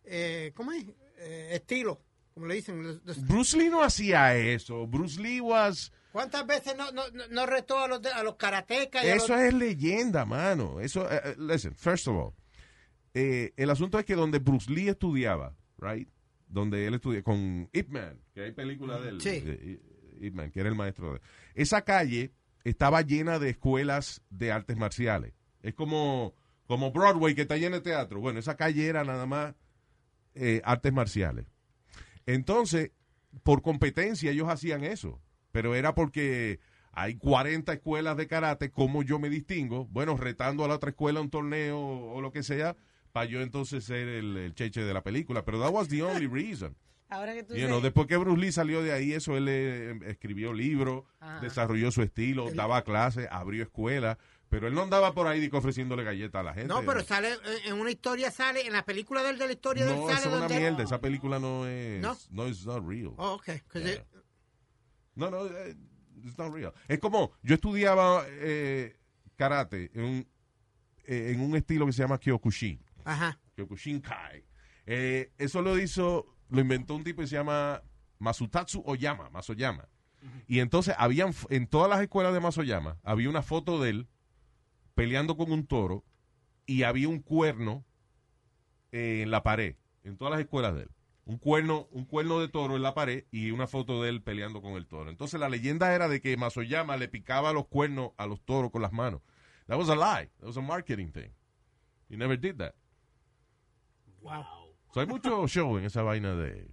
eh, ¿Cómo es? Eh, estilos, como le dicen. los- los- Bruce Lee no hacía eso. Bruce Lee was... ¿Cuántas veces no, no, no- no retó a los, de- a los karatecas? y a Eso los- es leyenda, mano. Eso, eh, eh, listen, first of all, eh, el asunto es que donde Bruce Lee estudiaba, right, donde él estudiaba con Ip Man, que hay película de él, Sí. eh, Ip Man, que era el maestro de él. Esa calle estaba llena de escuelas de artes marciales. Es como, como Broadway que está llena de teatro. Bueno, esa calle era nada más eh, artes marciales. Entonces, por competencia ellos hacían eso, pero era porque hay 40 escuelas de karate, ¿cómo yo me distingo? Bueno, retando a la otra escuela a un torneo o lo que sea, para yo entonces ser el, el cheche de la película, pero that was the only reason. Ahora que tú You know, dices- después que Bruce Lee salió de ahí, eso él eh, escribió libros, Ajá. desarrolló su estilo, daba clases, abrió escuelas, pero él no andaba por ahí digo, ofreciéndole galletas a la gente. No, pero sale eh, en una historia, sale en la película de él, de la historia de él, No, sale eso es una donde él- mierda. Esa película no es. No. No, it's not real. Oh, okay. 'cause Yeah. it- No, no, eh, it's not real. Es como, yo estudiaba eh, karate en un, eh, en un estilo que se llama Kyokushin. ajá. Kyokushin Kai. Eh, eso lo hizo, lo inventó un tipo que se llama Masutatsu Oyama, Masoyama. Y entonces habían, f- en todas las escuelas de Masoyama, había una foto de él peleando con un toro y había un cuerno eh, en la pared, en todas las escuelas de él. Un cuerno, un cuerno de toro en la pared y una foto de él peleando con el toro. Entonces la leyenda era de que Masoyama le picaba los cuernos a los toros con las manos. That was a lie. That was a marketing thing. He never did that. Wow. So, hay mucho show en esa vaina de,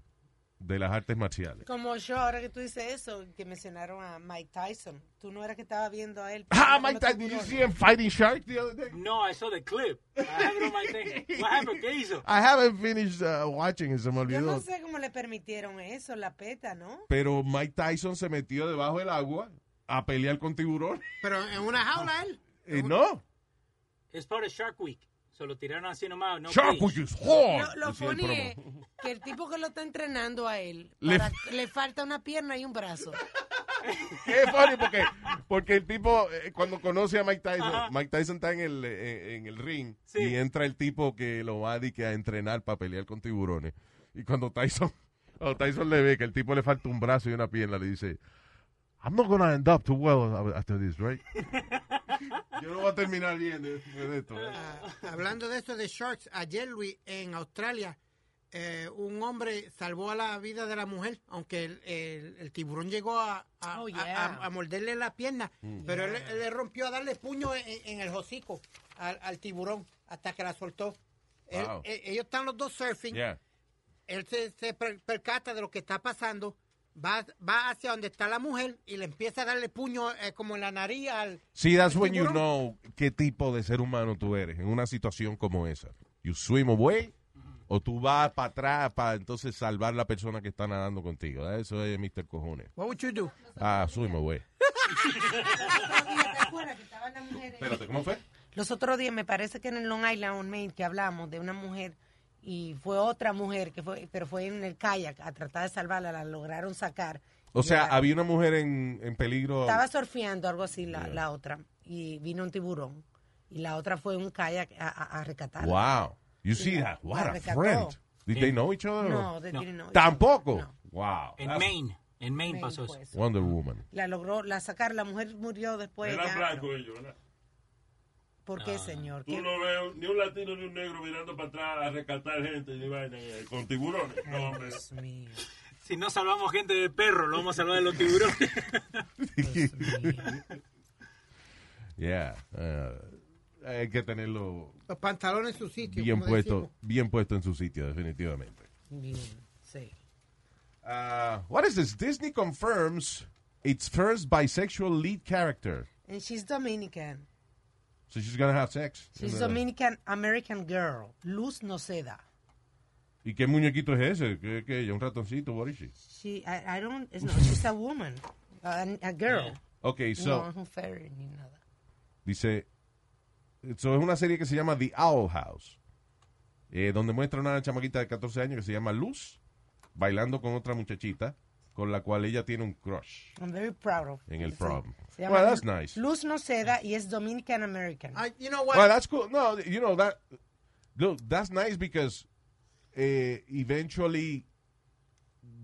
de las artes marciales. Como yo, ahora que tú dices eso, que mencionaron a Mike Tyson. Tú no eras que estaba viendo a él. Ah, peleando con Mike Tyson, otro did you tiburón. see him fighting shark the other day? No, I saw the clip. I have it on my thing. What happened? ¿Qué hizo? I haven't finished uh, watching, se me Yo olvidó. no sé cómo le permitieron eso, la peta, ¿no? Pero Mike Tyson se metió debajo del agua a pelear con tiburón. Pero en una jaula él. Y no. It's part of Shark Week. Se lo tiraron así nomás. No Shark cage. which is hard. Lo, lo decía el funny Oh, promo. es que el tipo que lo está entrenando a él, Le- para- le, falta una pierna y un brazo. Es funny porque, porque el tipo, eh, cuando conoce a Mike Tyson, Mike Tyson está en el, eh, en el ring Sí. y entra el tipo que lo va a, di que a entrenar para pelear con tiburones. Y cuando Tyson, cuando Tyson le ve que el tipo le falta un brazo y una pierna, le dice, I'm not gonna end up too well after this, right? Yo no voy a terminar bien de, de esto. ¿eh? Ah, hablando de eso de sharks, ayer Luis en Australia eh, un hombre salvó a la vida de la mujer, aunque el, el- el tiburón llegó a, a, Oh, a- yeah. a- a morderle la pierna, Mm. pero él, él le rompió a darle puño en, en el hocico al, al tiburón hasta que la soltó. Él- Wow. eh, ellos están los dos surfing, Yeah. él se, se per- percata de lo que está pasando, va, va hacia donde está la mujer y le empieza a darle puño eh, como en la nariz al... Sí, that's when you tiburón. know qué tipo de ser humano tú eres en una situación como esa. You swim away o tú vas para atrás para entonces salvar la persona que está nadando contigo. Eso es Mr. Cojones. What would you do? Ah, swim away. ¿Te acuerdas que estaban las mujeres? Espérate, ¿cómo fue? Los otros días me parece que en el Long Island on Main que hablamos de una mujer y fue otra mujer que fue, pero fue en el kayak a tratar de salvarla, la lograron sacar. O Y sea, la- había una mujer en, en peligro. estaba surfeando algo así la, la otra y vino un tiburón y la otra fue en un kayak a, a- a rescatarla. Wow. You see la- that? la What a rescató. friend. Did they know each other? No, they didn't know. Tampoco. No, Wow. En That's Maine. En Maine Maine pasó eso. fue eso. Wonder Woman. La logró, la sacar, la mujer murió después. Era pues ya. blanco ellos, ¿verdad? ¿Por qué, señor? Tú ¿Qué- no ves ni un latino ni un negro mirando para atrás a rescatar gente ni vaina eh, con tiburones. No, hombre. Dios mío, Si no salvamos gente de perro, lo vamos a salvar de los tiburones. Dios mío. Yeah. Uh, hay que tenerlo Los pantalones en su sitio. bien como puesto, decimos. bien puesto en su sitio, definitivamente. Bien, sí. Uh, what is this? Disney confirms its first bisexual lead character. And she's Dominican. So she's gonna have sex. She's Uh, Dominican American girl. Luz Noceda. ¿Y qué muñequito es ese? ¿Qué, qué? ¿Un ratoncito? What is she? She, I, I don't, it's not, she's a woman, a, a girl. Okay, no, so es un fairy ni nada. dice, so es una serie que se llama The Owl House, eh, donde muestra una chamaquita de 14 años que se llama Luz bailando con otra muchachita con la cual ella tiene un crush I'm very proud of en el Sí. prom. Se llama Well, that's Lu- nice. Luz Noceda y es Dominican American. Ah, you know what? Well, that's cool. No, you know that. Look, that's nice because eh, eventually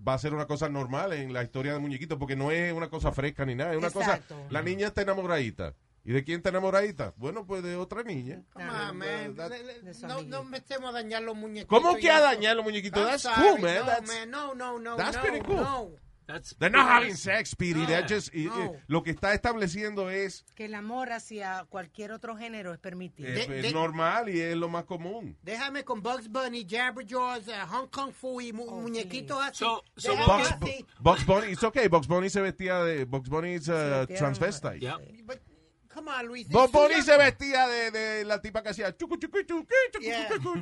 va a ser una cosa normal en la historia de muñequitos porque no es una cosa fresca ni nada. Es una Exacto. cosa. La niña está enamoradita. ¿Y de quién está enamoradita? Bueno, pues de otra niña. Come on, man. that- Le- le- De su no, amiguito. no metemos a dañar los muñequitos. ¿Cómo y que a eso. dañar los muñequitos? I'm That's sorry, cool, man. No, That's- man. No, no, no. That's no, pretty cool. No. That's They're not having sex, Speedy. They're just- eh, eh, no. Lo que está estableciendo es, que el amor hacia cualquier otro género es permitido. eh, They- es they- normal y es lo más común. Déjame con Bugs Bunny, Jabberjaws, eh, Hong Kong Fu y mu- Oh, muñequitos así. So- so Déjame Bugs, así. Bugs Bunny, it's okay. Bugs Bunny se vestía de. Bugs Bunny is a Se metieron- transvestite. Yep. But Come on, Luis. Bob these two Bunny young- se vestía de, de la tipa que hacía chucu chucu chucu chucu Yeah. chucu chucu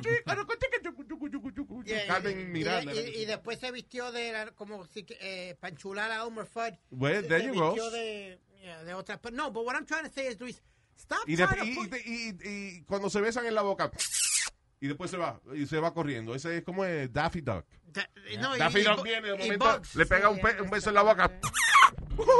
chucu, chucu, chucu, chucu, Yeah, y- Carmen Miranda. Y, y- y después se vistió de la- como si que, eh, panchular a Elmer Fudd. Well, Se- there se you go. vistió de, yeah, de otra. But no, but what I'm trying to say is, Luis, stop Y, de- trying to y- put- y- y- y cuando se besan en la boca y después se va y se va corriendo. Ese es como es Daffy Duck. Da- no, y- Daffy y Duck bu- viene de y momento, bugs. le pega un, pe- un beso en la boca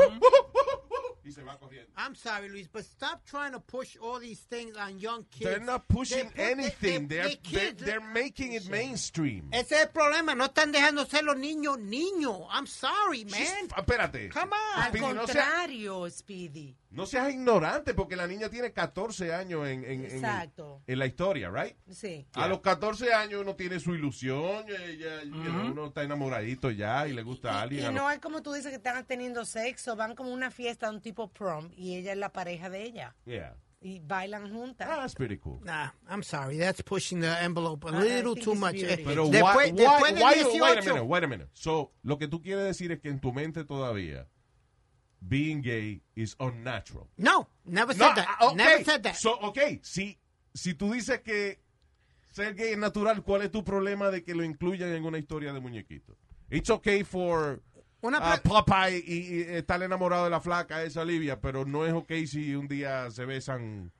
y se va corriendo. I'm sorry, Luis, but stop trying to push all these things on young kids. They're not pushing They put- they- anything. they- They're, they they're, kids- they're making it mainstream. Ese es el problema. No están dejando ser los niños niños. I'm sorry, man. She's- espérate. Come on. Al Speedy, no seas, contrario, Speedy. no seas ignorante porque la niña tiene 14 años en, en, en- Exacto. en la historia, right? Sí. A los 14 años uno tiene su ilusión, ella- uno está enamoradito ya y le gusta a alguien. Y a los- no es como tú dices que están teniendo sexo, van como a una fiesta, un tipo prom, y ella es la pareja de ella. Yeah. Ah, Y bailan juntas. That's pretty cool. Nah, I'm sorry. That's pushing the envelope a I little think too it's much. beauty. Eh, Pero después, why, después why- del why- wait a 18, minute, wait a minute. So, lo que tú quieres decir es que en tu mente todavía being gay is unnatural. No, never No, said that. ah, okay. Never said that. So, ok, si, si tú dices que ser gay es natural, ¿cuál es tu problema de que lo incluyan en una historia de muñequito? It's okay for Una ah, pre- Popeye y, y estar enamorado de la flaca esa Livia, pero no es okay si un día se besan,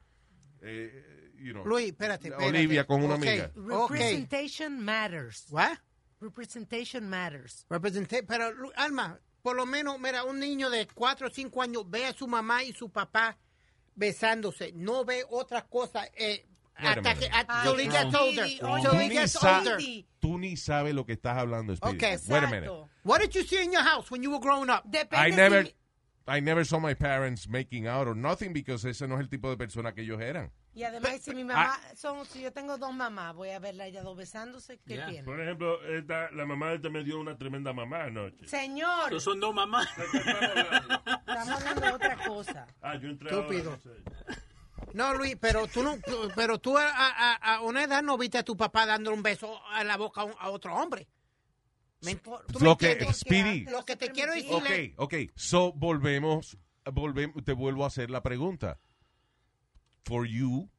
eh, you know, Luis, espérate, espérate. Olivia con una Ok, amiga. Okay. Representation matters. What? Representation matters. Representé, pero Lu- Alma, por lo menos, mira, un niño de 4 o 5 años ve a su mamá y su papá besándose, no ve otra cosa eh, Wait a hasta que minute. until he gets older. Speedy, Tú Until he ni, gets sa- older. tú ni sabes lo que estás hablando, Speedy. Ok. Wait a minute. Exacto. What did you see in your house when you were growing up? Depende I si never, mi- I never saw my parents making out or nothing because ese no es el tipo de persona que ellos eran. Y además, si mi mamá, son, si yo tengo dos mamás, voy a verla ya dos besándose, ¿qué Yeah. tiene? Por ejemplo, esta, la mamá de este me dio una tremenda mamá anoche. Señor, Estos son dos mamás. estamos hablando de otra cosa. Ah, yo entré Estúpido. ahora, no sé. No, Luis, pero tú, no, pero tú a, a- a una edad no viste a tu papá dándole un beso a la boca a, un- a otro hombre. ¿Me ent- tú me Lo que- entiendes? Speedy. Lo que te quiero decir- Ok, ok. So, volvemos, volvemos, te vuelvo a hacer la pregunta. For you,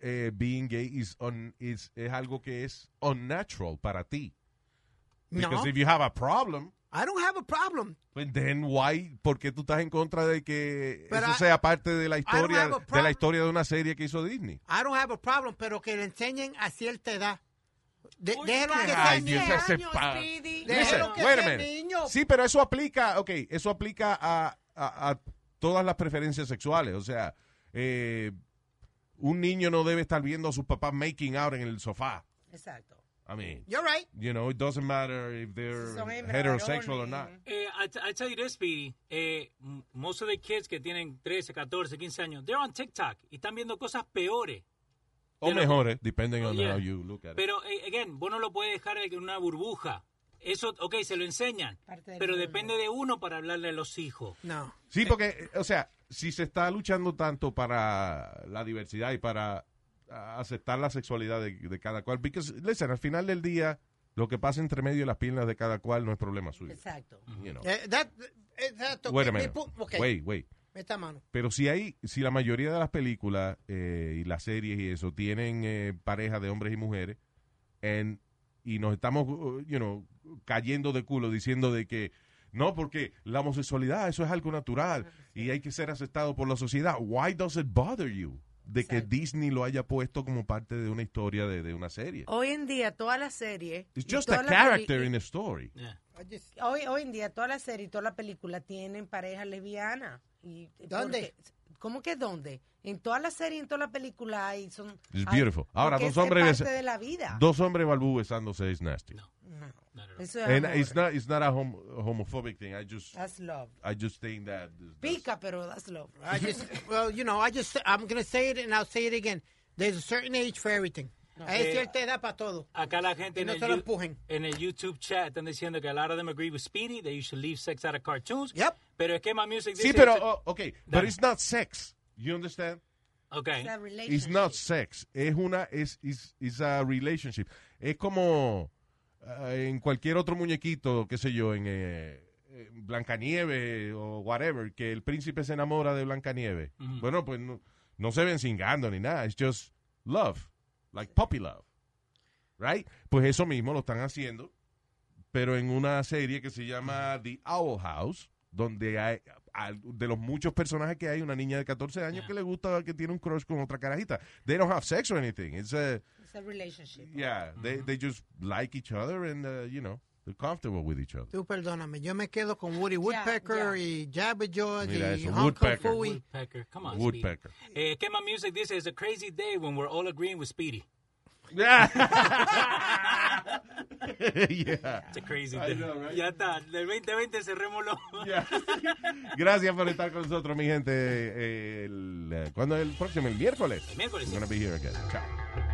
eh, being gay is un- is- es algo que es unnatural para ti. No, Because if you have a problem, I don't have a problem. pues then why, ¿por qué tú estás en contra de que Pero eso I- sea parte de la don't have historia, a de la problem. historia de una serie que hizo Disney? I don't have a problem, pero que le enseñen a cierta edad. De, déjelo que sea Ay, Ay, Dios, niño. ese años, pa- Speedy. Déjalo Listen, que wait a sea minute. niño. Sí, pero eso aplica, ok, eso aplica a, a- a todas las preferencias sexuales. O sea, eh, un niño no debe estar viendo a sus papás making out en el sofá. Exacto. I mean, You're right. you know, it doesn't matter if Si son they're hembra, heterosexual or varón, not. eh, Eh, I, t- I tell you this, Speedy. Eh, m- most of the kids que tienen 13, 14, 15 años, they're on TikTok y están viendo cosas peores. O you know. mejores, depending on Yeah. how you look at it. Pero, eh, again, vos no lo puedes dejar en una burbuja. Eso, ok, se lo enseñan, Parte del pero mundo. depende de uno para hablarle a los hijos. No. Sí, porque, eh, o sea, si se está luchando tanto para la diversidad y para ah, aceptar la sexualidad de, de cada cual, because, listen, al final del día, lo que pasa entre medio de las piernas de cada cual no es problema suyo. Exacto. You know. Eh, that- exacto. Wait a minute. People- okay, Wait, wait. Esta mano. Pero si hay, si la mayoría de las películas eh, y las series y eso tienen eh, parejas de hombres y mujeres, and- y nos estamos, uh, you know, cayendo de culo diciendo de que no, porque la homosexualidad eso es algo natural y hay que ser aceptado por la sociedad. Why does it bother you de que Exacto. Disney lo haya puesto como parte de una historia de, de una serie? Hoy en día, toda la serie. It's Oh, y just toda a la character peli- in a story. Yeah. I just- Hoy, hoy en día, toda la serie y toda la película tienen pareja lesbiana. Y, ¿Dónde? porque- ¿Cómo que dónde? En toda la serie, en toda la película hay. Son, It's hay- beautiful. Ahora, porque dos es hombres parte besa- de la vida. Dos hombres balbú besándose es nasty. No, Ah, No, no, no. Eso es And amor. it's not, it's not a hom- homophobic thing. I just, That's love. I just think that. Pica, pero that's love. I just, well, you know, I just, I'm going to say it and I'll say it again. There's a certain age for everything. Hay Eh, cierta edad para todo. Acá la gente Que en, no el se lo you- empujen. en el YouTube chat están diciendo que a lot of them agree with Speedy, that you should leave sex out of cartoons. Yep. Pero es que My Music Sí, dice... pero, oh, okay, but Dale. it's not sex. You understand? okay. It's a It's relationship. not sex. Es una, es, is is a relationship. Es como ah, en cualquier otro muñequito, qué sé yo, en eh, eh, Blancanieve o whatever, que el príncipe se enamora de Blancanieve. Bueno, pues no, no se ven cingando ni nada. It's just love. Like puppy love. Right? Pues eso mismo lo están haciendo, pero en una serie que se llama The Owl House, donde hay, al- de los muchos personajes que hay, una niña de 14 años Yeah. que le gusta, que tiene un crush con otra carajita. They don't have sex or anything. It's a, It's a relationship. yeah, Mm-hmm. they, they just like each other and, uh, you know, they're comfortable with each other. Tú perdóname, yo me quedo con Woody Woodpecker ya. y Jabba George Mira y eso, Hong Kong Woodpecker. Fooey. Woodpecker. Come on, Woodpecker. Speedy. Eh, Kema Music dice, it's a crazy day when we're all agreeing with Speedy. Yeah. It's a crazy I day. know, right? Ya está, del 2020 cerrémoslo. Ya. Gracias por estar con nosotros, mi gente. El, eh, ¿Cuándo es el próximo? El miércoles. Miércoles, We're gonna be here again. Chao.